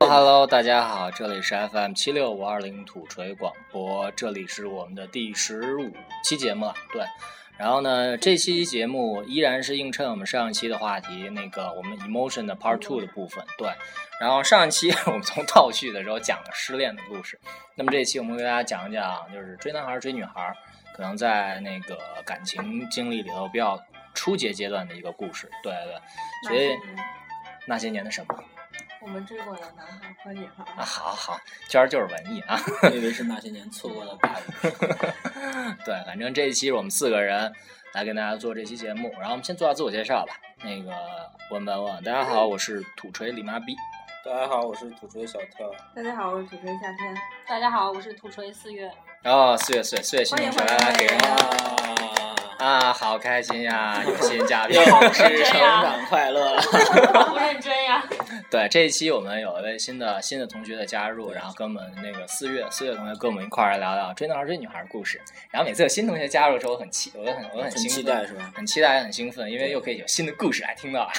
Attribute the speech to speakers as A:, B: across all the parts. A: Hello，大家好，这里是 FM 七六五二零土锤广播，这里是我们的第十五期节目了，对。然后呢，这期节目依然是映衬我们上一期的话题，那个我们 emotion 的 part two 的部分，对。然后上一期 我们从倒叙的时候讲了失恋的故事，那么这一期我们给大家讲一讲，就是追男孩儿追女孩儿，可能在那个感情经历里头比较初级阶段的一个故事，对对。所以那些年的什么？
B: 我们追过的男孩和女孩
A: 啊，好好，娟儿就是文艺啊。
C: 我以为是那些年错过的大雨。
A: 对，反正这一期是我们四个人来跟大家做这期节目，然后我们先做下自我介绍吧。那个文本文，大家好，我是土锤李妈逼。
C: 大家好，我是土锤小跳。
B: 大家好，我是主持人夏天。
D: 大家好，我是土锤 四月。
A: 然后哦四月四月四月新同学
B: 欢迎欢迎
A: 给人
B: 欢
C: 啊，
A: 啊，好开心呀，有新嘉宾
C: 又。
D: 是
C: 是
D: 这
C: 成
D: 样
C: 长快乐了。
D: 不认真呀！
A: 对，这一期我们有一位新的新的同学的加入，然后跟我们那个四月四月同学跟我们一块儿来聊聊追男孩追女孩的故事。然后每次有新同学加入的时候，我很期，我很我
C: 很
A: 兴奋，
C: 期待是吧？
A: 很期待，也很兴奋，因为又可以有新的故事来听到了。啊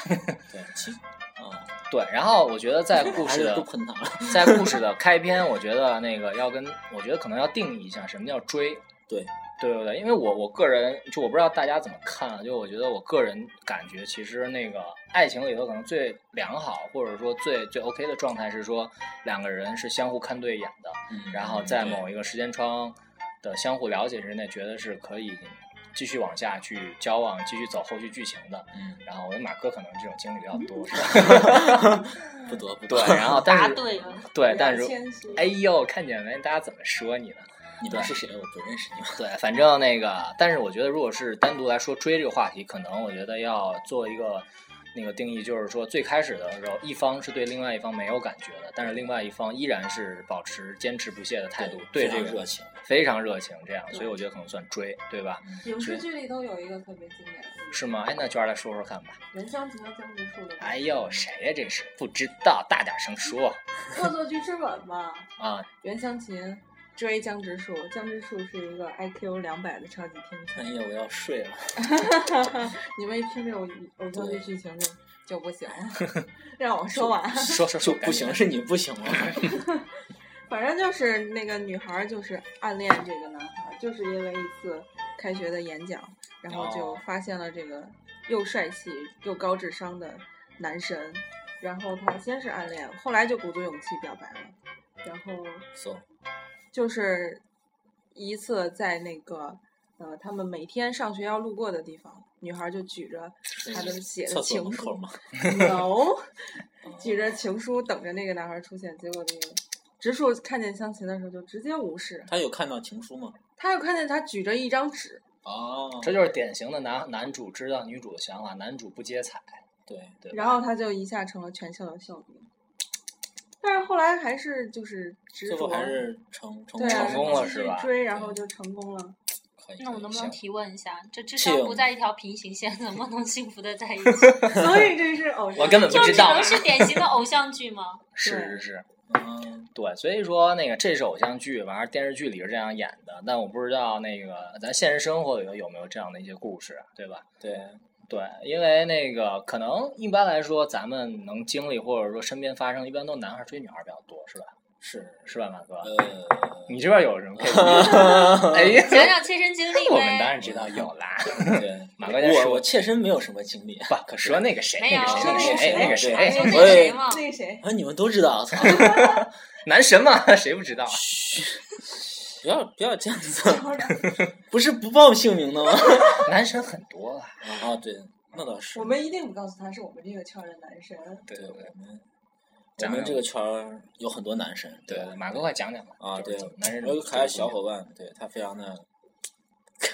C: 对，其实啊，
A: 对，然后我觉得在故
C: 还
A: 事
C: 是
A: 的嗯
C: 都喷他了。
A: 在故事的开篇，我觉得那个要跟，我觉得可能要定义一下什么叫追。
C: 对，
A: 对对对，因为我我个人就我不知道大家怎么看啊，就我觉得我个人感觉，其实那个爱情里头可能最良好或者说最最 OK 的状态是说两个人是相互看对眼的，
C: 嗯
A: 然后在某一个时间窗的相互了解之内，觉得是可以继续往下去交往、继续走后续剧情的。
C: 嗯，
A: 然后我跟马哥可能这种经历比较多，是吧？
C: 不得不得
A: 嗯对，，然后 但
D: 答
A: 是
D: 对了，
A: 对，但是
B: 谦虚
A: 哎呦，看见没？大家怎么说你呢？
C: 你们是谁？我不认识你们。
A: 对，反正那个，但是我觉得，如果是单独来说追这个话题，可能我觉得要做一个那个定义，就是说最开始的时候，一方是对另外一方没有感觉的，但是另外一方依然是保持坚持不懈的态度，对这
C: 嗯非
A: 个
C: 常热情。
A: 非常热情，这样，所以
B: 对
A: 我觉得可能算追，对吧？
B: 影视剧里头有一个特别经典的，
A: 是吗？哎，那娟儿来说说看吧。
B: 人生只能经历数的。
A: 哎呦，谁呀、这是不知道，大点声说
B: 恶作剧之吻嘛，
A: 啊！
B: 袁湘琴追江直树，江直树是一个 IQ 两百的超级天才
A: 嗯
C: 哎。呀，我要睡了。
B: 你们一听这种偶像剧剧情就就不 行了，让我说完。
A: 说说
C: 就
A: 说，
C: 不行，是你不行 吗？
B: 反正就是那个女孩，就是暗恋这个男孩，就是因为一次开学的演讲，然后就
A: 哦
B: 发现了这个又帅气又高智商的男神，然后她先是暗恋，后来就鼓足勇气表白了，然后
C: so
B: 就是一次在那个呃他们每天上学要路过的地方，女孩就举着她的写的
C: 厕所
B: 情
C: 门口
B: 书
C: 嘛，
B: no，举
A: 哦
B: 着情书等着那个男孩出现，结果那个直树看见湘琴的时候就直接无视，
C: 他有看到情书吗？
B: 他又看见他举着一张纸，
C: 哦
A: 这就是典型的男男主知道女主的想法，男主不接彩。
C: 对对，
B: 然后他就一下成了全校的校兵。但是后来还是就是执着
C: 最后，还是成成
B: 对啊，
A: 成功了
B: 继续
A: 是吧
B: 追，然后就成功 了。
C: 可以。
D: 那我能不
A: 行
D: 能提问一下，这智
C: 是
D: 商
C: 有
D: 不在一条平行线，怎么能幸福的 在一起？
B: 所以这是偶像，
A: 我根本不
D: 就
A: 知
D: 只
A: 道
D: 能是典型的偶像剧吗？
A: 是
B: 对
A: 是是，
C: 嗯，
A: 对，所以说那个这是偶像剧，完了电视剧里是这样演的，但我不知道那个咱现实生活里头有没有这样的一些故事，啊对吧？
C: 对，
A: 对，因为那个可能一般来说，咱们能经历或者说身边发生，一般都男孩追女孩比较多，是吧？
C: 是
A: 是吧，马 哥？
C: 呃，
A: 你这边有什么可以？哎 呀，
D: 讲讲亲身经历
A: 我们当然
D: 呗。
A: 知道有啦，
C: 对，
A: 马哥先说
C: 我我切身没有什么经历。
A: 不可说那个谁，
D: 没
A: 那
D: 有
A: 个谁，那个谁，
B: 是
A: 那
B: 那
A: 个谁，那个谁
B: 个
C: 谁
D: 说
C: 我
D: 那谁嘛？
B: 那谁，
C: 啊，你们都知道， 操！
A: 男神嘛，谁不知道啊？
C: 不要不要这样子，不是不报姓名的吗？
A: 男神很多啊，
C: 啊，对，那倒是。
B: 我们一定不告诉他是我们这个圈儿的男神。
A: 对
C: 对我们我
A: 讲
C: 们
A: 讲
C: 这个圈儿有很多男神，
A: 对，马哥快讲讲吧。
C: 啊，
A: 就
C: 对
A: 是怎么，男神
C: 我有
A: 怎么
C: 还有
A: 追
C: 小
A: 姑娘
C: 伙伴，对他非常的
B: 英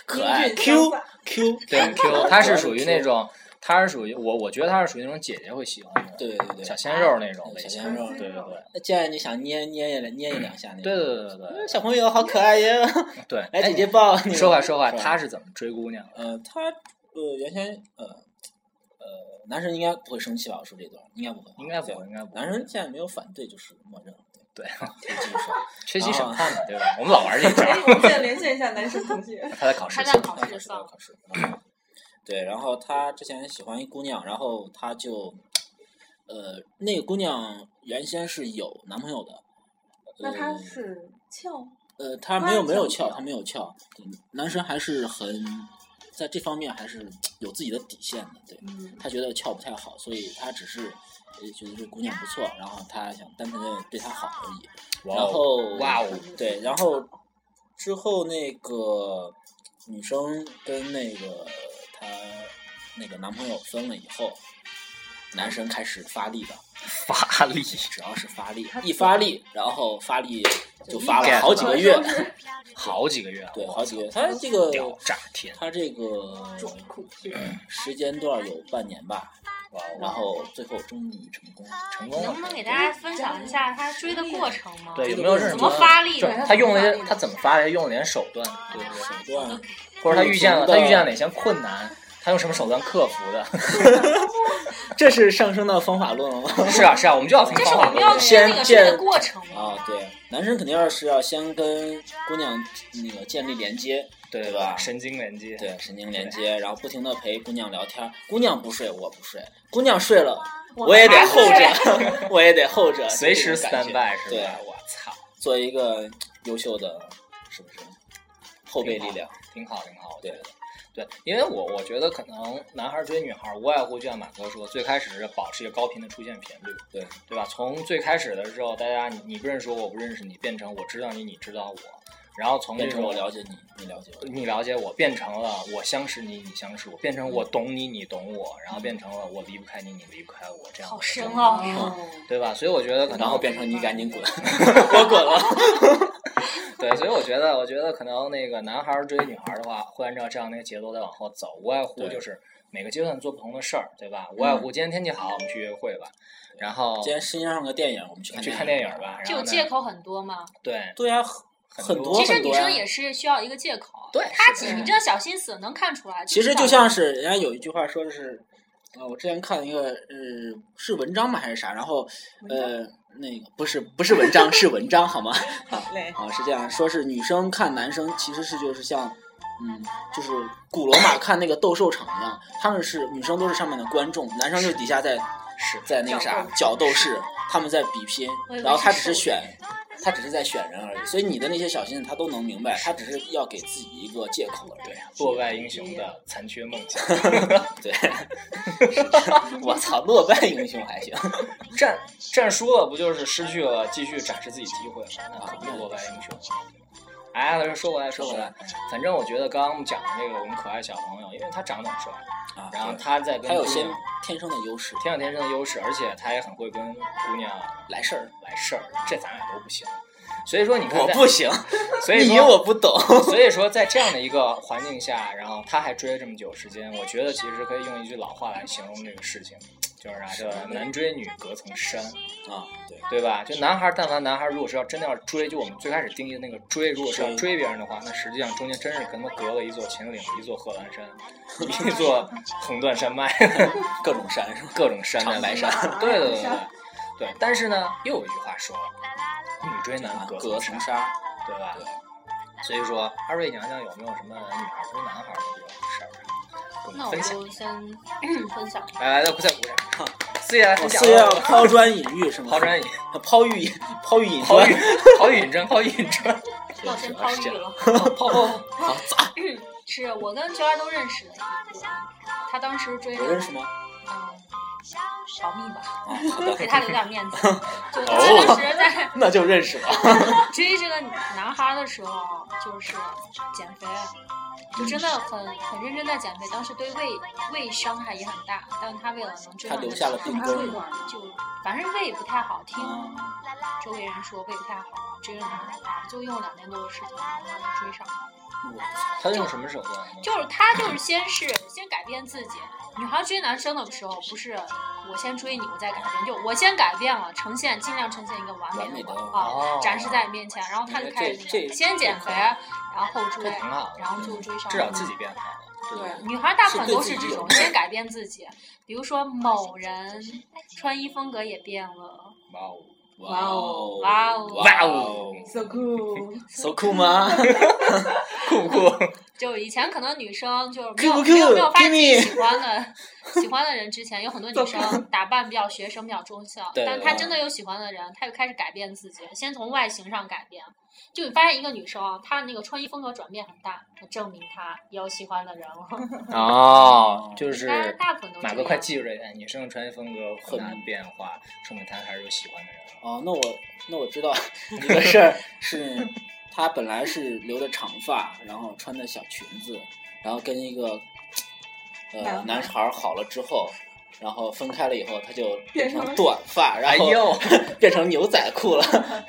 C: 可爱
B: 俊潇
C: ，Q
B: 洒
C: Q，
A: 对很 Q，他是属于那
C: Q
A: 种，他是属于我，我觉得他是属于那种姐姐会喜欢的，
C: 对对对，啊
A: 小鲜肉那种类
C: 小
A: 型，
C: 鲜肉，
A: 对对对，
C: 见着你想捏捏一两捏一两下那种。
A: 对对对对
C: 哎小朋友好可爱呀，
A: 对对，
C: 来
A: 哎
C: 姐姐抱。
A: 你
C: 你
A: 说话说话，
C: 是吧
A: 他是怎么追姑娘的？
C: 呃，他呃原先呃呃，男生应该不会生气吧？我说这段应该不会，
A: 应该不
C: 对
A: 会，应该不会，
C: 男生现在没有反对，就是默认了。
A: 对
C: 对，可以继续说。
A: 缺席审
C: 啊
A: 判嘛，对吧？我们老玩这一招
B: 哎，
A: 儿，
B: 我们再连线一下男神同学。
A: 他在考试
D: 他
A: 期
D: 在
A: 间，
D: 考
C: 考
D: 试
C: 试
D: 上，
C: 考试。嗯对，然后他之前喜欢一姑娘，然后他就，呃，那个姑娘原先是有男朋友的，
B: 那他
C: 呃
B: 是翘，
C: 呃，他没有没有
B: 弯翘
C: 翘，他没有翘，对男生还是很在这方面还是有自己的底线的，对
B: 嗯，
C: 他觉得翘不太好，所以他只是呃觉得这姑娘不错，然后他想单纯的对她好而已。
A: 哇
C: 然
A: 哦，
C: 后
A: 哇哦
C: 对，然后之后那个女生跟那个她那个男朋友分了以后，男生开始发力了，
A: 发力，
C: 只要是发力
B: 他，
C: 一发力，然后发力就发
A: 一
C: 了好几个月
B: 就，是
A: 好几个月啊，
C: 对，
A: 哇
C: 好几个月。他这个
A: 屌炸天，
C: 他这个
B: 种苦剧，
C: 时间段有半年吧，
A: 哇哦，
C: 然后最后终于成功了。
A: 成功
D: 能不能
A: 了。
D: 给大家分享一下他追的过程吗？
A: 对，有
C: 这个
A: 没有
C: 是
A: 是
D: 怎
A: 什
D: 么发力
A: 对
D: 的？
A: 他用了些，他怎么发的？用了点手段，对不对？
C: 手段
A: 或者他遇见了他遇见了
C: 哪？
A: 哪些困难，他用什么手段克服的？
C: 这是上升到方法论了吗？
A: 是啊是啊，我们就要从
D: 这是
A: 方
D: 我
A: 法
D: 们
A: 论
D: 要
A: 入手。
D: 听那
C: 先
D: 个
C: 见
D: 追的过程 吗？
C: 啊，对，男生肯定要是要先跟姑娘那个建立连接，
A: 对
C: 对吧
A: 神经连接，
C: 对，神经连接，然后不停的陪姑娘聊天儿。姑娘不睡，我不睡；姑娘睡了， 我也得
D: 还
C: 候
D: 不睡
C: 着， 我也得候着，
A: 随时
C: 就这种感
A: stand
C: 觉
A: by 是
C: 对
A: 吧？，我操，
C: 做一个优秀的，是不是后备力量？
A: 挺好挺好，我觉
C: 对
A: 得。对，因为我我觉得可能男孩追女孩无外乎就像马哥说，最开始是保持一个高频的出现频率，
C: 对
A: 对吧？从最开始的时候，大家你你不认识我，我不认识你，变成我知道你，你知道我，然后从这
C: 变成
A: 种
C: 我了解你，你了解我。
A: 你了解我，变成了我相识你，你相识我，变成我懂你，你懂我，然后变成了我离不开你，你离不开我，这样的
D: 好深
A: 生活
D: 奥呀！
B: 哦，
A: 对吧？所以我觉得可能
C: 然后变成你 赶紧滚，我滚了。
A: 对，所以我觉得，我觉得可能那个男孩儿追女孩儿的话，会按照这样的一个节奏再往后走，无外乎
C: 对嗯
A: 就是每个阶段做不同的事儿，对吧？无外乎今天天气好，我们去约会吧，然后
C: 今天世界上有个电影，我们去看
A: 去看电影。吧，然后
D: 这种
A: 呢
D: 借口很多嘛，
A: 对
C: 对呀、
A: 很
C: 很
A: 多
C: 多啊
D: 其实
C: 很
D: 女
C: 多
D: 生
C: 呀
D: 也是需要一个借口。
A: 对
D: 他
A: 是
D: 其
A: 的
D: 实你这小心思能看出来。
C: 其实
D: 知道
C: 就像是人家有一句话说的是，呃，我之前看了一个，呃，是文章吗还是啥？然后呃，那个不是不是文 章，是文章好吗？
B: 好嘞，
C: 啊，是这样，说是女生看男生其实是就是像，嗯，就是古罗马看那个斗兽场一样，他们是女生都是上面的观众，男生就是底下在
A: 是
C: 在那个啥角斗士，他们在比拼
D: 我以，为
C: 然后他只
D: 是
C: 是
D: 兽
C: 选，他只是在选人而已，所以你的那些小心思他都能明白，他只是要给自己一个借口而已。
A: 对落败英雄的残缺梦想，
C: 对， 我操，落败英雄还行，
A: 战战输了不就是失去了继续展示自己机会吗？那可不就落败英雄了。哎，说回来，说回来，反正我觉得刚刚我们讲的这个我们可爱小朋友，因为他长得很帅，
C: 啊，
A: 然后
C: 对
A: 他在跟
C: 他有
A: 姑
C: 先
A: 娘
C: 天生的优势，
A: 挺有天生的优势，而且他也很会跟姑娘
C: 来事儿，
A: 来事儿，这咱俩都不行。所以说，你看
C: 我
A: 在，
C: 不行，
A: 所以
C: 你
A: 说，
C: 我不懂，
A: 所以说，在这样的一个环境下，然后他还追了这么久时间，我觉得其实可以用一句老话来形容这个事情，就是啥、叫男追女隔层山，
C: 啊，对，
A: 对吧？就男孩儿，但凡男孩儿如果是要真的要追，就我们最开始定义的那个追，如果是要追别人的话，那实际上中间真是跟他隔了一座秦岭，一座贺兰 山，一座横断山脉。
C: 各种山是吧？
A: 各种山
C: 长白
A: 山
C: 山，
A: 对对对对对。但是呢，又有一句话说了，女追男隔
C: 隔
A: 层
C: 层
A: 纱，
C: 纱，
A: 对吧？
C: 对
A: 所以说，二位娘娘有没有什么女孩追男孩的这种事儿，啊跟我
D: 那
A: 们
D: 我
A: 分享？哎
D: 就先 分享。
A: 来来，再再鼓掌， 四爷来分享。
C: 哦是要 抛砖引玉是吗？
A: 抛砖引
C: 抛玉引抛玉引
A: 抛
C: 砖
A: 玉，抛玉引针，抛玉引针，
D: 那我先抛玉 了。
A: 抛抛
C: 好砸！
D: 嗯是我跟娟儿都认识的一个，他当时追
C: 我认识吗？
D: 嗯，保密吧，
C: 啊，好的，哦
D: 给他留点面子。 就他当时在
C: 那就认识了。
D: 追这个男孩的时候，就是减肥，就真的
C: 嗯
D: 很很认真在减肥。当时对胃胃伤害也很大，但他为了能追
C: 他
D: 到
C: 留
D: 那
C: 下
D: 个
C: 了
D: 男
C: 病
D: 孩
B: 他
C: 根
B: 会管吗？
D: 就反正胃不太好，听
C: 啊
D: 周围人说胃不太好，追了男孩吧，就用了两年多的时间，然后追上了。
A: 他用什么手段呢？
D: 就是他就是先是先改变自己。女孩追男生的时候，不是我先追你，我再改变，就我先改变了，呈现尽量呈现一个完
C: 完
D: 美
C: 美
D: 的
C: 的
D: 我啊，
A: 哦，
D: 展示在你面前。然后他就开始
C: 这这
D: 先减肥，然后追
A: 这，挺好的，
D: 然后就追上。
A: 至少自己变好了。
B: 对，
D: 女孩大部分
C: 是对
D: 都
C: 自
D: 是
C: 己
D: 这
C: 有
D: 种，
C: 利
D: 先改变自己，比如说某人穿衣风格也变了，
A: 哇哦，
C: 哇哦
D: 哇哦
A: 哇哦
B: ，so cool，
C: ，so cool 吗？
A: 酷不酷？
D: 就以前可能女生就没
C: Q
D: 有
C: 不
D: 没有
C: Q，
D: 没有发现自己
C: Kimi
D: 喜欢的喜欢的人之前，有很多女生打扮比较学生、比较中性，
C: 对
D: 但她真的有喜欢的人，她就开始改变自己，先从外形上改变。就你发现一个女生啊，她的那个穿衣风格转变很大，那证明她也有喜欢的人了。
A: 哦，就
D: 当然，
A: 是
D: 大部分都这
A: 马
D: 样
A: 哥快记住这点，女生穿衣风格很难变化，说明她还是有喜欢的人。
C: 哦，那我那我知道一个事儿是，她本来是留的长发，然后穿的小裙子，然后跟一个呃
B: 男
C: 男孩儿好了之后，然后分开了以后，她就变
B: 变
C: 成
B: 成
C: 短发，然后
A: 哎呦
C: 变成牛仔裤了，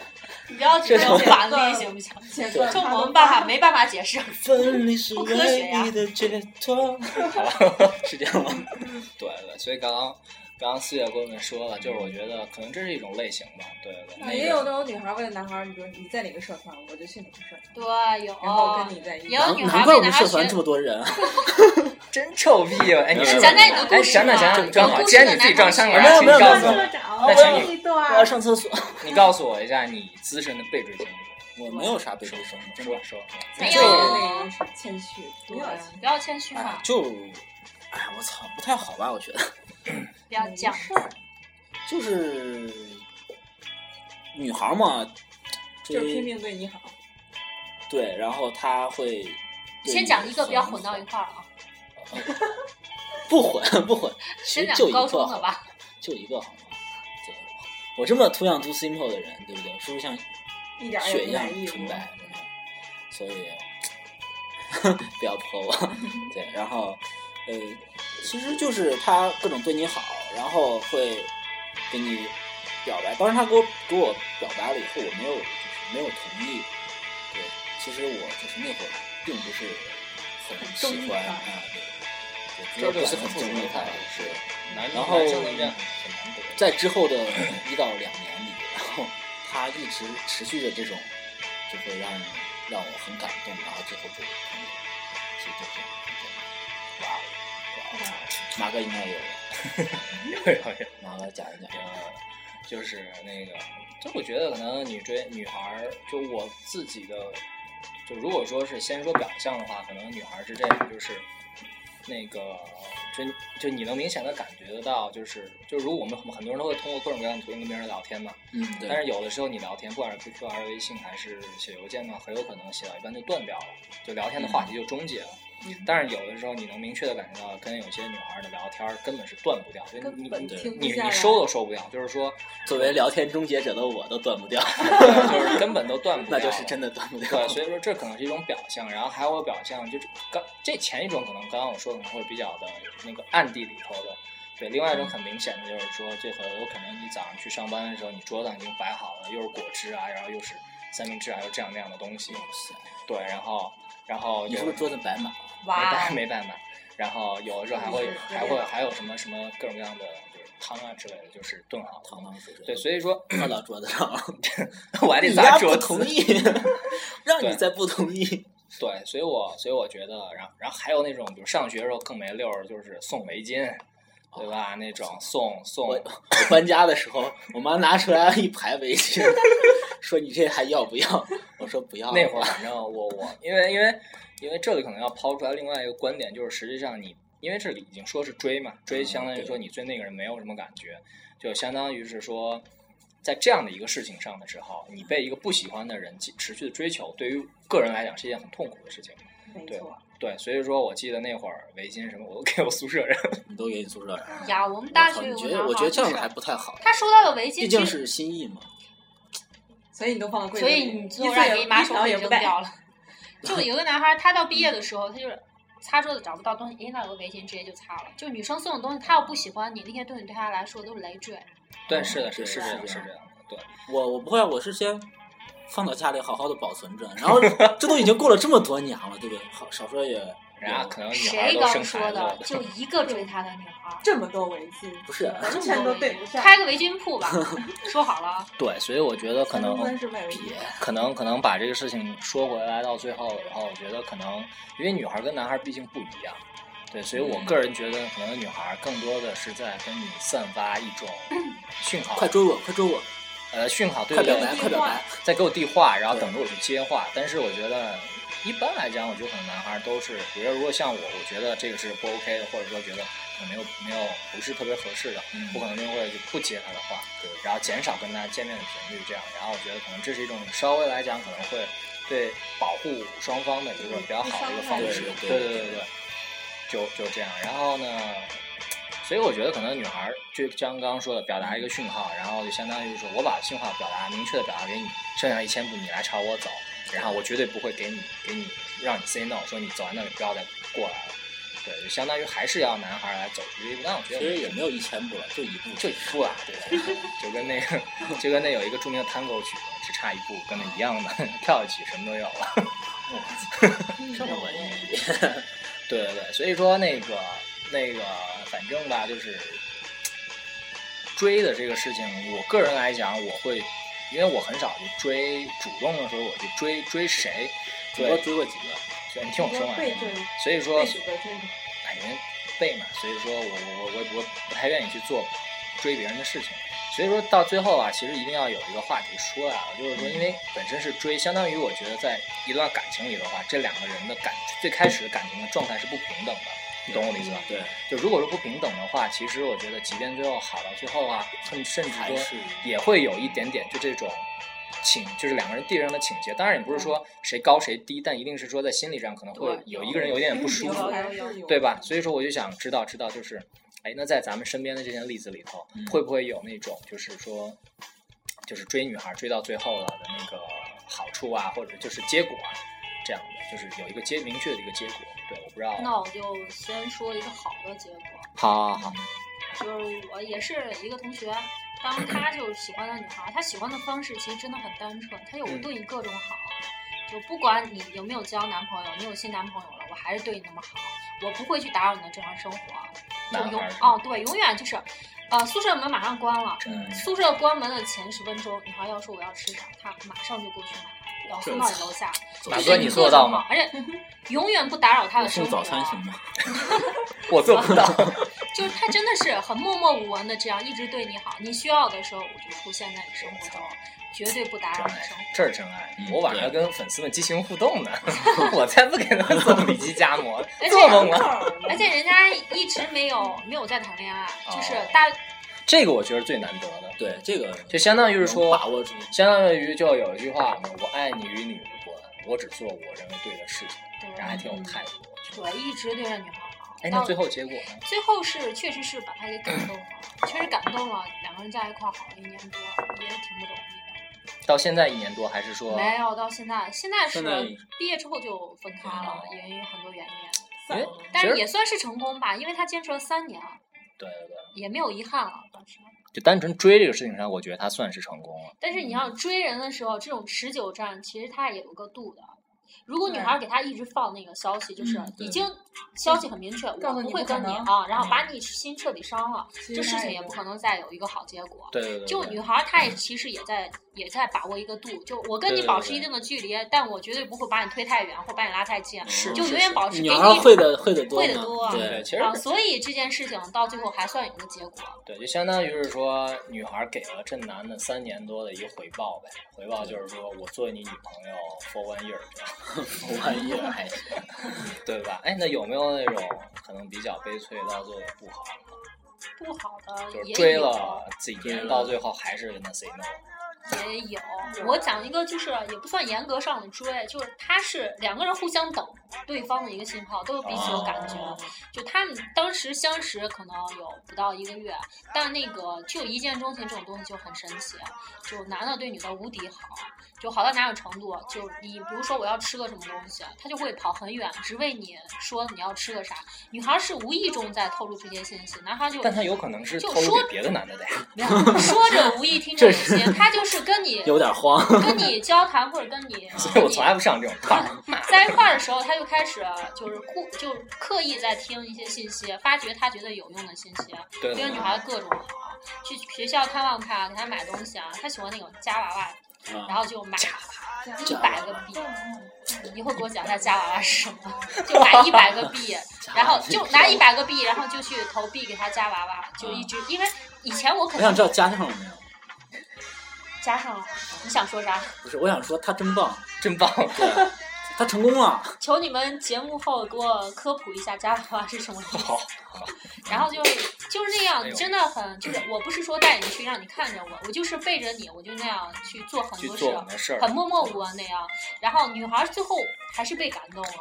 D: 你不要觉得
C: 这种
D: 反例行 不行？
B: 且
D: 就我们办法没办法解释。
C: 分离是
D: 不科学呀
C: 唯一的解脱，
A: 好吧，
C: 是这样吗？
A: 对对，所以刚刚刚刚四月跟我们说了，就是
D: 嗯
A: 我觉得可能这是一种类型吧，对对，
D: 哎
A: 那个
B: 也有那种女孩为了男孩儿，你说你在哪个社团，我就去哪个社团，
D: 对，有。
B: 然后哦跟你在一起
D: 有。
C: 难
D: 女孩
C: 难怪
D: 被
C: 我们
D: 男孩
C: 社团
D: 学
C: 这么多人啊，
A: 真臭屁啊！哎，你
C: 哎
A: 是
D: 讲讲你的故事
A: 哎，想
D: 吧
A: 想想想，正好，
D: 有故事
A: 既然
D: 的
A: 你自己
D: 男
A: 撞
D: 同
A: 上
D: 学
A: 了，
C: 没有
A: 请
C: 没有
A: 你
C: 没有
A: 告
C: 没
A: 诉
C: 有
A: 我，
B: 长
A: 那请你
B: 哦一
D: 啊
C: 我要
B: 段
C: 上厕所，
A: 你告诉我一下你资深的被追经历。
C: 我没有啥被追生的，
A: 说说，
D: 没
B: 这
D: 有
B: 个那个是谦虚，
D: 对
B: 不要，
D: 不要谦虚嘛
C: 哎，，就哎，我操，不太好吧？我觉得。
D: 不要犟。
B: 事儿，
C: 就是女孩儿嘛，
B: 就是拼
C: 追
B: 命对你好。
C: 对，然后她会对
D: 先
C: 你
D: 讲一个，不要
C: 很
D: 混到一块儿啊。
C: 不混 不混，其
D: 先
C: 实
D: 讲
C: 就一
D: 高
C: 个
D: 中的
C: 好
D: 吧，
C: 就一个好吗？对，我这么 too young too simple 的人，对不对？是不是像
B: 一点儿也
C: 雪
B: 不
C: 一样
B: 满意
C: 纯
B: 我
C: 白？真的所以 不要泼我。 对，然后呃，其实就是他各种对你好，然后会给你表白。当时他给我给我表白了以后，我没有就是没有同意。对，其实我就是那会儿并不是很喜
B: 中意
C: 欢
B: 他
C: 啊，对，对，不是很中意他，
B: 啊
C: 是。
A: 男
C: 然后
A: 男生能这样很难得。
C: 在之后的一到两年里，然后他一直持续的这种，就会让你让我很感动，然后最后就朋友，其实就这样，就这样哇哦，哇哦，马哥应该也有吧，
A: 有 有有
C: 马哥讲一讲，
A: 就是那个，就我觉得可能你追女孩儿，就我自己的，就如果说是先说表象的话，可能女孩儿是这样，就是那个，就就你能明显的感觉得到，就是就如我们很很多人都会通过各种各样的途径跟别人聊天嘛，
C: 嗯，
A: 但是有的时候你聊天，不管是 QQ 还是微信还是写邮件呢，很有可能写到一半就断掉了，就聊天的话题就终结了。
B: 嗯
A: 但是有的时候你能明确的感觉到，跟有些女孩儿的聊天儿根本是断不掉，就
B: 根
A: 你
B: 本
A: 你
B: 停不
A: 你
B: 下
A: 你
B: 来
A: 收都收不掉，就是说。
C: 作为聊天终结者的我都断不掉，
A: 就是根本都断不
C: 那
A: 了，
C: 就是真。的断不掉
A: 对，，所以说这可能是一种表象，然后还有表象，就是刚这前一种可能刚刚我说可能会比较的那个暗地里头的，对，另
C: 嗯
A: 外一种很明显的就是说，这很有可能你早上去上班的时候，你桌子上已经摆好了，又是果汁啊，然后又是三明治啊，又这样那样的东西，对，然后然后
C: 你
A: 有
C: 是不是桌子白马？
A: 没
D: 哇
A: 办，没办法。然后有的时候还会
B: 哦是是
A: 还会还有什么什么各种各样的就是汤啊之类的，就是炖好
C: 堂
A: 的。
C: 堂水水，
A: 对，所以说
C: 放到桌子上了，
A: 我还得
C: 你
A: 砸
C: 家
A: 桌
C: 不
A: 子。
C: 同意， 让你再不同意，
A: 对，所以我所以我觉得，然后然后还有那种，比如上学的时候更没溜儿，就是送围巾，对吧？那种送
C: 哦我
A: 送，
C: 我搬家的时候，我妈拿出来一排围巾， 说你这还要不要？我说不要。
A: 那会儿反正我我因为因为因为这里可能要抛出来另外一个观点，就是实际上你因为这里已经说是追嘛，追
C: 嗯
A: 相当于
C: 对
A: 说你对那个人没有什么感觉，就相当于是说。在这样的一个事情上的时候，你被一个不喜欢的人继持续的追求，对于个人来讲是一件很痛苦的事情。
B: 没
A: 对
B: 错，
A: 对，所以说我记得那会儿围巾什么，我都给我宿舍人。
C: 你都给你宿舍人，
D: 呀，我们大
C: 我操
D: 学
C: 你
D: 有
C: 觉
D: 个男
C: 得
D: 孩，
C: 我觉得这样还不太好，
D: 他收到的围
C: 毕
D: 巾，
C: 竟
D: 其
C: 是心意嘛。
B: 所以你都放到柜子
D: 所
B: 里，
D: 以你最
B: 一
D: 后
B: 次
D: 让
B: 也
D: 你妈
B: 一
D: 手
B: 条
D: 给
B: 也
D: 扔
B: 不带。
D: 掉了。就有个男孩，他到毕业的时候，他就是擦桌子找不到东西，哎，那有个围巾，直接就擦了。就女生送的东西，他要不喜欢你，那些东西对他来说都是累赘。
A: 对，
C: 嗯
A: 是的，是
C: 对
A: 是这
C: 是
A: 样，
C: 这
A: 是
C: 样
A: 这样的，对。
C: 我我不会啊，我是先放到家里好好的保存着，然后这都已经过了这么多年了，对不对？好，少说也
A: 人家可能女孩
D: 谁
A: 都
D: 刚
A: 生
D: 说
A: 孩子
D: 的
A: 了？，
D: 就一个追他的女 孩儿，
B: 这么多围巾，
C: 不是啊
B: 完全都对不上。
D: 开个围巾 铺吧，说好了啊。
A: 对，所以我觉得可能
B: 三十卖围巾，
A: 可能可能把这个事情说回来到最后的话，我觉得可能因为女孩跟男孩毕竟不一样，对，所以我
C: 嗯
A: 个人觉得可能女孩更多的是在跟你散发一种
D: 嗯
A: 讯号
C: 快，追我，快追我，
A: 呃，讯号对
C: 快
A: 不
C: 表
A: 对？
C: 白，快表白。
A: 在给我递话，然后
C: 对
A: 等着我去接话。但是我觉得一般来讲，我觉得可能男孩儿都是，比如说如果像我，我觉得这个是不 OK 的，或者说觉得我没有没有不是特别合适的，
C: 嗯
A: 我可能就会就不接他的话，
C: 对
A: 然后减少跟他见面的频率，这样，然后我觉得可能这是一种稍微来讲可能会对保护双方的一个比较好嗯的一个方式，对
C: 对
A: 对
C: 对对
A: 对对，就就这样，然后呢？所以我觉得可能女孩儿就像刚刚说的，表达一个讯号，然后就相当于说我把信号表达明确的表达给你，剩下一千步你来朝我走，然后我绝对不会给你给你让你 say no，说你走完那里不要再过来了。对，就相当于还是要男孩儿来走出这一步，但我觉
C: 其
A: 得
C: 实也没有一千步了，就一步。
A: 就一步啦，对吧？就跟那个就跟那有一个著名的 tango 曲，只差一步，跟那一样的，跳下去什么都有了。
C: 这么文
A: 嗯
C: 艺，
A: 对对对，所以说那个那个，反正吧，就是追的这个事情，我个人来讲，我会，因为我很少去追主动的时候，我去追追谁，
C: 主播
A: 对，
C: 追过几个？
A: 所以你听我说完
B: 被，追，
A: 所以说
B: 被指责追的。
A: 哎，人背嘛，所以说我我我我我不太愿意去做追别人的事情。所以说到最后啊，其实一定要有一个话题说啊，就是说，因为本身是追，相当于我觉得在一段感情里的话，这两个人的感最开始的感情的状态是不平等的，你懂我的意思吧？
C: 对，
A: 就如果是不平等的话，其实我觉得，即便最后好到最后啊，甚甚至
C: 还
A: 说
C: 是
A: 也会有一点点就这种倾，就是两个人地位上的倾斜。当然也不是说谁高谁低，但一定是说在心理上可能会
D: 对
A: 有一个人有一点点不舒服，
B: 还是嗯有
A: 对吧？所以说我就想知道知道，就是，哎，那在咱们身边的这些例子里头，
C: 嗯
A: 会不会有那种就是说，就是追女孩追到最后了的那个好处啊，或者就是结果啊，这样的，就是有一个结明确的一个结果。对，我不知道。
D: 那我就先说一个好的结果，
A: 好好好，
D: 就是我也是一个同学，当他就喜欢的女孩，他喜欢的方式其实真的很单纯，他有
A: 嗯
D: 对你各种好，就不管你有没有交男朋友，你有新男朋友了，我还是对你那么好，我不会去打扰你的正常生活，就
A: 男
D: 永
A: 孩儿是吗
D: 哦对，永远就是，呃，宿舍门马上关了，
A: 嗯，
D: 宿舍关门的前十分钟，女孩要说我要吃啥，他马上就过去买。然后送到你楼下，
C: 走
A: 大
D: 就
A: 哥
D: 是
A: 你
D: 你
A: 做得到吗？
D: 而且永远不打扰他
C: 我
D: 的生
C: 送
D: 活。
C: 早餐行吗？
A: 我做 不到。
D: 就是他真的是很默默无闻的这样一直对你好，你需要的时候我就出现在你生活中，绝对不打
A: 真
D: 扰你
A: 爱
D: 生活。，
A: 这是真爱。
C: 嗯
A: 我晚上
C: 对
A: 跟粉丝们激情互动 呢，我才不给他们送里脊夹馍，
D: 而且
A: 做梦啊！
D: 而
B: 而
D: 且人家一直没有没有在谈恋爱，
A: 哦
D: 就是大
A: 这个我觉得最难得的，
C: 对，这个
A: 就相当于是
C: 能
A: 说
C: 把握住。
A: 相当于就有一句话嘛，我爱你与你无关，我只做我认为对的事情，然后还
D: 对
A: 挺有态度。我觉得
D: 对一直对着女孩好。
A: 哎，
D: 到
A: 那最后结果呢？
D: 最后是确实是把他给感动了，确实感动了，两个人在一块儿好了一年多，也挺不容易
A: 到现在一年多，还是说
D: 的。没有到现在，现在是
C: 现在
D: 毕业之后就分开了
A: 哦，
D: 也因为很多原因，
B: 散了
D: 但
A: 其
D: 是
A: 实
D: 也算是成功吧，因为他坚持了三年了，
A: 对对对，
D: 也没有遗憾了，当时。
A: 就单纯追这个事情上，我觉得他算是成功了。
D: 但是你要追人的时候，这种持久战其实它也有个度的。如果女孩给他一直放那个消息，就是
C: 嗯对
D: 已经消息很明确，
B: 告诉
D: 我
B: 你
D: 不会
B: 不可
D: 跟你
B: 能
D: 啊，然
A: 嗯
D: 后把你心彻底伤了，
B: 其
D: 这
B: 实
D: 事
B: 他
D: 情
B: 也
D: 也不
B: 有
D: 可能再有一个好结果。
A: 对对对，
D: 就
A: 对
D: 女孩她也其实也在也在把握一个度，就我跟
A: 对
D: 你
A: 对
D: 保
A: 对
D: 持一定的距离，但我绝对不会把你推太远或把你拉太近，
C: 是
D: 就是永远保持
C: 女
D: 给
C: 孩
D: 你
C: 会的会的多
D: 会的
C: 呢
D: 多啊
A: 对，
C: 对，
A: 其实
D: 啊，所以这件事情到最后还算有个结果。
A: 对，就相当于是说，女孩给了这男的三年多的一个回报呗，回报就是说我做你女朋友 for one year 这样，
C: 玩意儿还是
A: 对吧？哎，那有没有那种可能比较悲催到做的不好的，
D: 不好的
A: 就是
D: 也
A: 追
D: 有
A: 了几年，
C: 对
A: 到最后还是跟他 say no？
D: 也有，我讲一个就是也不算严格上的追，就是他是两个人互相等对方的一个信号，都有彼此有感觉。
A: 哦
D: 就他们当时相识可能有不到一个月，但那个就一见钟情这种东西就很神奇，就男的对女的无敌好，就好到哪种程度，就你比如说我要吃个什么东西，他就会跑很远，只为你说你要吃个啥。女孩是无意中在透露这些信息，男孩就
A: 但他有可能是
D: 就啊
A: 偷
D: 说
A: 给别的男的的呀。
D: 说着无意听着有心，他就是跟你
C: 有点慌。
D: 跟你交谈或者跟你，
A: 所以
D: 跟
A: 我
D: 你
A: 从来不上这种课。
D: 在一块儿的时候，他就开始就是故就是刻意在听一些信息，发掘他觉得有用的信息，啊
A: 对
D: 对女孩各种好，去学校探望她，给她买东西啊，她喜欢那种夹娃娃，然
C: 啊，
D: 后就买一
C: 夹娃娃
D: 百个币。一会儿给我讲一下夹娃娃是什么，就买一百个币，然后就拿一百个币，然后就去投币给她夹娃娃，就一直因为以前我 可
C: 我想
D: 能
C: 知道加上了没有？
D: 加上了，你想说啥？
C: 不是，我想说他真棒，
A: 真棒！
C: 对，他成功了。
D: 求你们节目后给我科普一下 Java 是什么意思。
A: 好，
D: 然后就是就是那
A: 哎呦
D: 样，真的很就是我不是说带你去让你看着我，我就是背着你，我就那样去做很
A: 去
D: 多事
A: 做，我们的事儿，
D: 很默默无闻那样。然后女孩最后还是被感动了，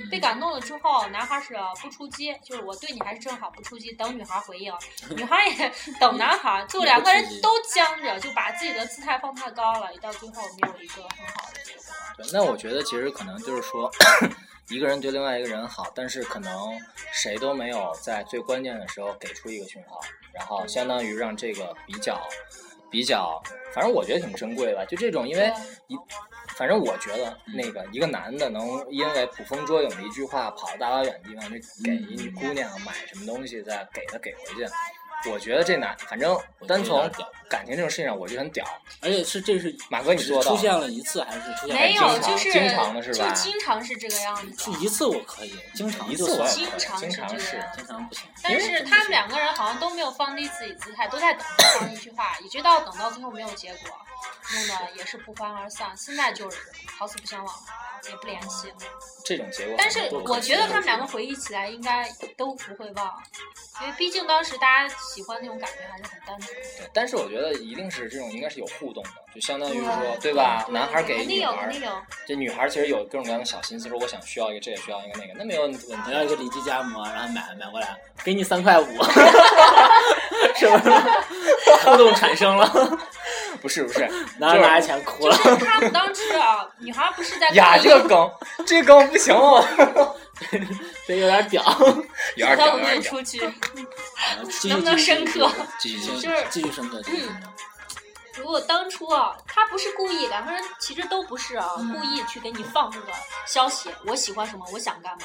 A: 嗯
D: 被感动了之后，男孩是不出击，就是我对你还是正好不出击，等女孩回应，女孩也等男孩，就两个人都 僵着，就把自己的姿态放太高了，到最后没有一个很好的结果。
A: 对，那我觉得其实可能就是说， 一个人对另外一个人好，但是可能谁都没有在最关键的时候给出一个讯号，然后相当于让这个比较比较，反正我觉得挺珍贵吧。就这种，因为一，反正我觉得那个一个男的能因为捕风捉影的一句话，跑到大老远地方去给一
C: 嗯
A: 女姑娘买什么东西，再给她给回去。我觉得这男，反正单
C: 我觉得有
A: 从
C: 点屌
A: 感情这种事情上，我觉得很屌。
C: 而且是这是
A: 马哥你
C: 只
A: 做到
C: 出现了一次还是出现了
D: 没
A: 经
D: 有，
A: 常
D: 就是
A: 经常的是吧
D: 就经常是这个样子
C: 是。一次我可以，经常
A: 一
C: 就
A: 次我也可
C: 算了
A: 以，
D: 经
A: 经
D: 常
A: 常
D: 是这
A: 是
D: 样。
C: 经常不行。
D: 但是他们两个人好像都没有放低自己姿态，都在等对方一句话，一直到等到最后没有结果，弄得也是不欢而散。现在就是好死不相往来，也不联系了。
A: 这种结果
D: 但
A: 很
D: 是
A: 多都可以接受。
D: 我觉得他们两个回忆起来应该都不会忘，因为毕竟当时大家喜欢那种感觉还是很单纯。的。
A: 对，但是我觉得一定是这种应该是有互动的，就相当于说，
D: 对
A: 对吧？男孩给
D: 肯定
A: 女
D: 有，肯
A: 孩
D: 定，有。
A: 这女孩其实有各种各样的小心思，说我想需要一个这个，需要一个那个，那没有问题。
D: 嗯
C: 我要一个里脊夹馍，然后买买过来，给你三 块五，是不是？ 互动产生了，
A: 不是不是，
C: 拿着拿着钱哭
D: 就
C: 了。
D: 是他们当时啊，女孩不是在
A: 呀，
D: 看
A: 这个梗，这个梗不行了，
C: 这有点屌，
A: 有点
D: 他
A: 屌，有
D: 们没有
A: 点
D: 出去。
C: 继续
D: 能不能
C: 继续
D: 深刻
A: 继续继
C: 继续
A: 续，
D: 就是
C: 继续深刻，继续深刻。
D: 如果当初啊，他不是故意，两个人其实都不是啊，
C: 嗯
D: 故意去给你放这个消息，我喜欢什么，我想干嘛。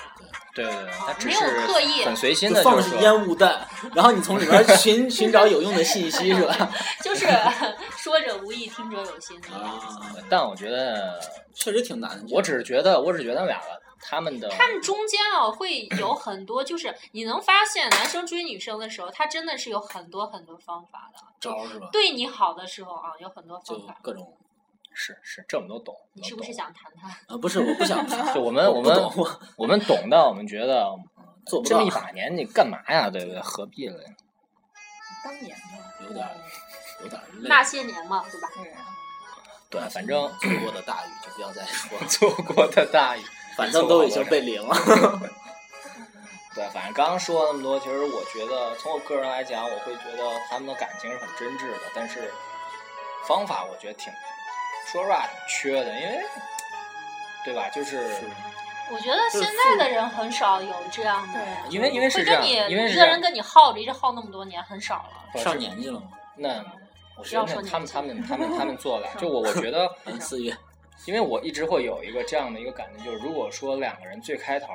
A: 对对对，他
D: 啊
A: 只
D: 没有刻意
A: 是很随心
C: 就
A: 的，
C: 放
A: 就
C: 的
A: 是
C: 是
A: 说，
C: 烟雾弹，然后你从里面 寻寻找有用的信息，是
A: 啊
C: 吧？
D: 就是 说者无意，听者有心那样子。
C: 啊，
A: 但我觉得，
C: 确实挺难的。
A: 我只是觉得，我只是觉得他们两个他们的
D: 他们中间啊，会有很多，就是你能发现男生追女生的时候，他真的是有很多很多方法的。
C: 招是吧？
D: 对你好的时候啊，有很多
C: 哦就
D: 方法。
C: 各种
A: 是是这我们都懂，
D: 你是不是
A: 都懂？
D: 想谈他？
C: 啊，不是，我不想 看，
A: 就我们
C: 我
A: 我
C: 不
A: 们
C: 懂我
A: 我们懂的，我们觉得
C: 做不
A: 这
C: 到
A: 么一，把年纪干嘛呀？对不对？何必了呀？
B: 当年嘛，
C: 有点有点累。
D: 那些年嘛，对吧？
B: 对呀、
A: 对，反正，
C: 错过的大雨就不要再说了
A: 错过的大雨，
C: 反正都已经被淋了。
A: 对，反正刚刚说了那么多，其实我觉得从我个人来讲，我会觉得他们的感情是很真挚的，但是方法我觉得挺，说实话挺缺的，因为对吧？就是
D: 我觉得现在的人很少有这样的
B: 对
D: 人，
A: 因为因为是
D: 会
A: 这
D: 跟
A: 样，
D: 你
A: 因为是
D: 一
A: 这
D: 个人
A: 样，
D: 跟你耗着，一直耗那么多年，很少了。
A: 不是
C: 上年纪了吗？
A: 那我觉得那他们他们他们他们做不了，就我我觉得。
C: 嗯，四月
A: 因为我一直会有一个这样的一个感觉，就是如果说两个人最开头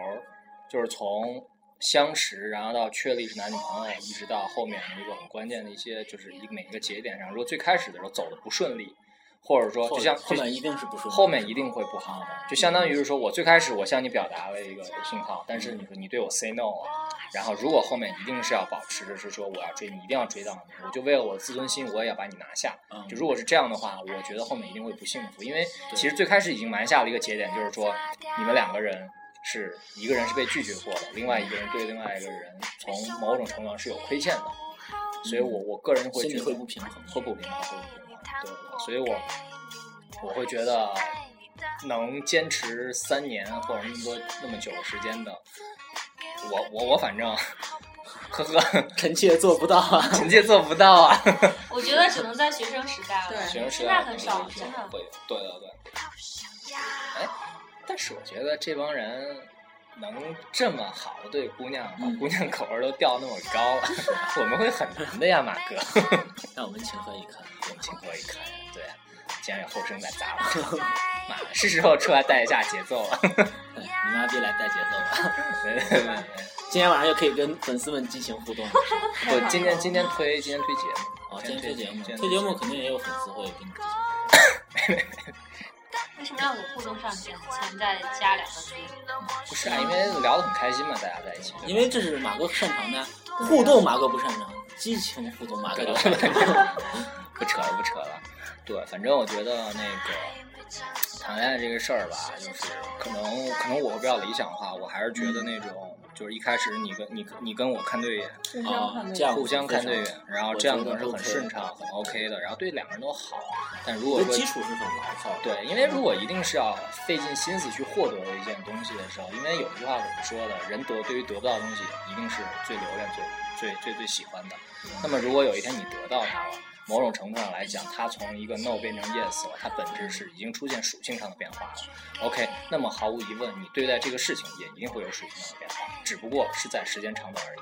A: 就是从相识，然后到确立是男女朋友，一直到后面一个很关键的一些就是一个每一个节点上，如果最开始的时候走的不顺利，或者说
C: 后
A: 就像
C: 后面
A: 就
C: 一定是不顺，
A: 后面一定会不好的，就相当于是说我最开始我向你表达了一个信号，但是你
C: 嗯
A: 说你对我 say no 了，然后如果后面一定是要保持着是说我要追你，一定要追到你，我就为了我的自尊心，我也要把你拿下。
C: 嗯
A: 就如果是这样的话，我觉得后面一定会不幸福，因为
C: 对
A: 其实最开始已经埋下了一个节点，就是说你们两个人是一个人是被拒绝过的，另外一个人对另外一个人从某种程度上是有亏欠的，所以我我个人会
C: 心
A: 觉
C: 里
A: 得
C: 会不平 衡，
A: 会不平衡，会不平衡，对对，所以我我会觉得能坚持三年或者那么多那么久的时间的，我我我反正， 呵呵，
C: 臣妾做不到啊。
A: 臣妾做不到啊。
D: 我觉得只能在学生时代了，
B: 对
A: 学生时
D: 现
A: 代
D: 在
A: 可能
D: 很
A: 有
D: 少，
A: 啊这
D: 真
A: 种
D: 的。
A: 会有，对对对。哎，但是我觉得这帮人能这么好的对姑娘，把
C: 嗯
A: 姑娘口味都调那么高， 我们会很难的呀，马哥。
C: 让我们情何以堪？
A: 我们情何以堪？对，竟然有后生在砸我， 妈的，是时候出来带一下节奏了。
C: 哎你妈逼来带节奏吧！
A: 没没没
C: 今天晚上又可以跟粉丝们激情互 动了。
A: 没我今天今天推今天推节目，
C: 哦，今天推节目，
A: 今天
C: 推节目肯定也有粉丝会跟你激情。
D: 为什么要给互动上前前再加两个字？
A: 不是啊，因为聊得很开心嘛，大家在一起。
C: 因为这是马哥擅长的，互动马哥不擅长，激情互动马哥
A: 对
C: 就
A: 吧
C: 擅长。
A: 不扯了，不扯了。对，反正我觉得那个谈恋爱这个事儿吧，就是可能可能我会比较理想化，我还是觉得那种就是一开始你跟你你跟我看对眼，
B: 互
A: 哦
B: 相看
C: 这样
A: 互相看对
C: 非
A: 眼，然后
C: 我
A: 这样
C: 觉
A: 可
C: 得
A: 能是很
C: OK
A: 顺
C: 的
A: 畅、很 OK 的，然后对两个人都好。但如
C: 我
A: 果
C: 觉
A: 说
C: 得 基础是很牢靠的。
A: 对，因为如果一定是要费尽心思去获得一件东西的时候，因为有句话怎么说的，人得对于得不到的东西，一定是最留恋、最最最最喜欢的。那么如果有一天你得到它了，某种程度上来讲，它从一个 no 变成 yes 了，它本质是已经出现属性上的变化了。OK，那么毫无疑问，你对待这个事情也一定会有属性上的变化，只不过是在时间长短而已。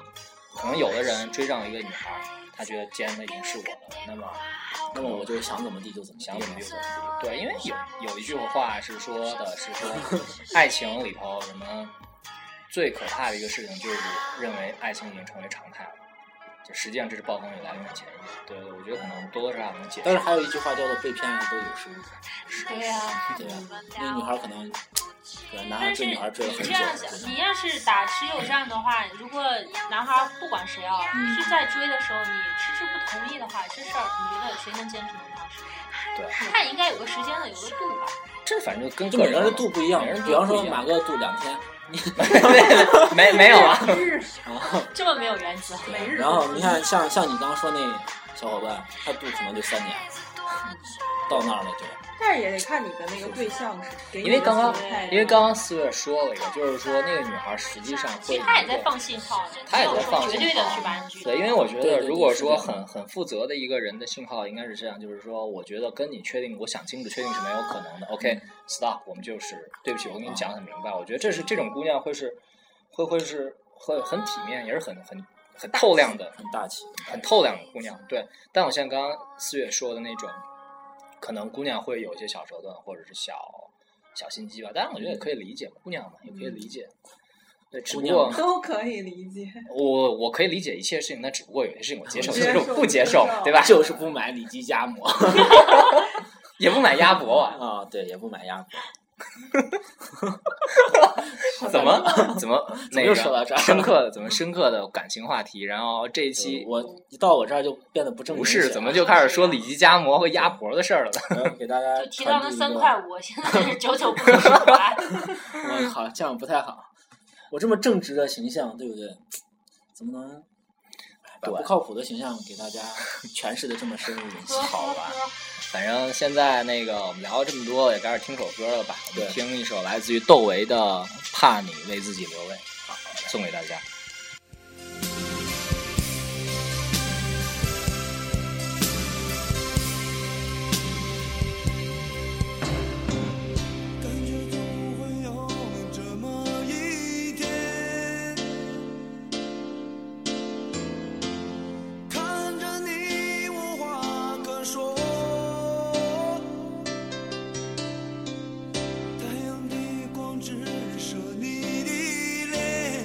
A: 可能有的人追上一个女孩儿，他觉得既然她已经是我的了，那么
C: 那么我就想怎么地就怎么地
A: 想
C: 了
A: 怎么就怎么地。对，因为有有一句话是说的是说，爱情里头什么最可怕的一个事情就是认为爱情已经成为常态了，就实际上这是暴风雨来临的前夜。对对，我觉得可能多多少少能解
C: 但是
A: 释。
C: 还有一句话叫做“被骗爱的都有恃无恐
D: 对呀、”，
C: 对吧？因为女
D: 嗯
C: 孩可能，对男孩
D: 但是
C: 追
D: 你
C: 女孩追了很
D: 这
C: 久，
D: 样想，
A: 啊
D: 你要是打持久战的话，如果男孩儿不管谁啊，是在追的时候你迟迟不同意的话，这事儿你觉得谁能坚持多长时间？
A: 对，
D: 他应该有个时间的，有个度吧。
A: 这反正就跟
C: 就
A: 个
C: 每个
A: 人
C: 人的
A: 嘛
C: 度不一样
A: 每个人。度
C: 比方
A: 不
C: 说
A: 一样
C: 马哥度两天，
A: 没没有啊，
B: 日
C: 然后
D: 这么没有原则。
B: 每日
C: 然后你看像像你刚刚说那小伙伴，他度可能就三年，到那儿了就。
B: 但是也得看你的那个对象是给你
A: 因为
B: 的
A: 刚刚
B: 心态
A: 因为刚刚四月说了一个，就是说那个女孩实际上会
D: 其
A: 有
D: 实他也
A: 一
D: 在
A: 个
D: 放信号呢，
A: 他
D: 没
A: 也
D: 有
A: 在
D: 说
A: 放信
D: 绝对的
A: 号
D: 去把拒绝。
A: 对，因为我觉
C: 对
A: 得
C: 对
A: 如
C: 对
A: 果
C: 是
A: 说
C: 这样
A: 很很负责的一个人的信号，应该是这样，就是说，我觉得跟你确定，我想清楚确定是没有可能的。OK，stop，、我们
C: 嗯
A: 就是对不起，我
C: 啊
A: 跟你讲得很明白，我觉得这是这种姑娘会是，会会是会很体面，也是很很很透亮的，
C: 很大气。
A: 很透亮的姑娘。对，但我像刚刚四月说的那种，可能姑娘会有一些小手段或者是小小心机吧，当然我觉得也可以理解，姑娘嘛也可以理解。对，只
C: 嗯姑
A: 不
C: 娘
A: 过。
B: 都可以理解。
A: 我我可以理解一切事情，但只不过有些事情我接受，有
B: 哦接
A: 些事
B: 受
A: 我不接受
B: 接，受
A: 对吧？
C: 就是不买里脊夹馍
A: 也不买鸭脖啊？
C: 啊， 对，也不买鸭脖。
A: 怎么 怎么
C: 怎么
A: 那
C: 又说
A: 个
C: 到这儿了
A: 深刻的怎么深刻的感情话题？然后这一期
C: 嗯我一到我这儿就变得不正
A: 不
C: 经
A: 是怎么就开始说里脊夹馍和鸭脖的事儿了呢？
C: 我要呃给大家
D: 就提到那
C: 传递一
D: 三
C: 个
D: 块，嗯五，现在是久久不能释怀。
C: 我靠，这样不太好。我这么正直的形象，对不对？怎么能哎把
A: 对
C: 不靠谱的形象给大家诠释的这么深入人 心？
A: 好啊吧，反正现在那个我们聊了这么多，也该是听首歌了吧？我们
C: 对
A: 听一首来自于窦唯的《怕你为自己流泪》，送给大家。
E: 感觉总会有这么一天，看着你无话可说，太阳的光直射你的脸，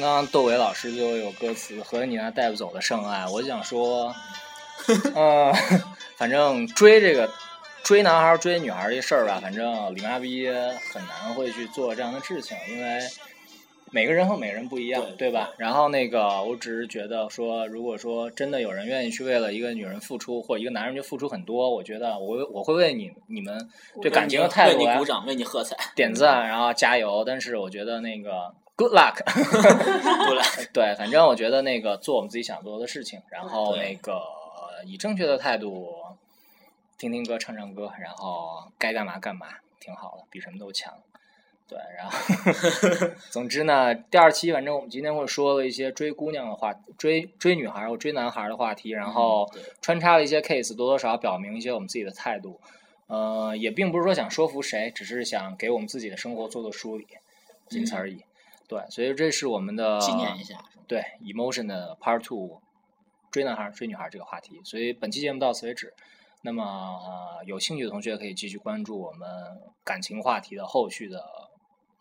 A: 刚窦唯老师就有歌词“和你那带不走的圣爱”，我就想 说，呃，反正追这个追男孩儿追女孩儿这事儿吧，反正李妈逼很难会去做这样的事情，因为每个人和每个人不一样，
C: 对
A: 对吧？然后那个，我只是觉得说，如果说真的有人愿意去为了一个女人付出，或者一个男人去付出很多，我觉得我会我会为你你们对感情的态度啊
C: 为你
A: 来
C: 鼓掌，为你喝彩，
A: 点赞，然后加油。但是我觉得那个 good luck，
C: 不来。
A: 对，反正我觉得那个做我们自己想做的事情，然后
C: 对
A: 那个以正确的态度听听歌、唱唱歌，然后该干嘛干嘛，挺好的，比什么都强。对，然 后，总之呢，第二期反正我们今天会说了一些追姑娘的话，追追女孩儿或追男孩儿的话题，然后
C: 嗯对
A: 穿插了一些 case，多多少少表明一些我们自己的态度。呃，也并不是说想说服谁，只是想给我们自己的生活做做梳理，仅此而已。对，所以这是我们的
C: 嗯纪念一下，
A: 对 emotion 的 part two，追男孩儿追女孩儿这个话题，所以本期节目到此为止。那么、呃有兴趣的同学可以继续关注我们感情话题的后续的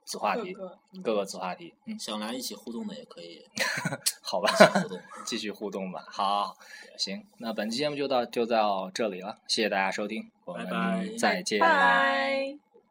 A: 子话
B: 各
A: 题，
B: 个嗯
A: 各个子话题。嗯，
C: 想来一起互动的也可以
A: 好吧
C: 一，起互动。
A: 继续互动吧。好，行，那本期节目就到就到这里了，谢谢大家收听，我
C: 拜拜
A: 们再见。
B: 拜。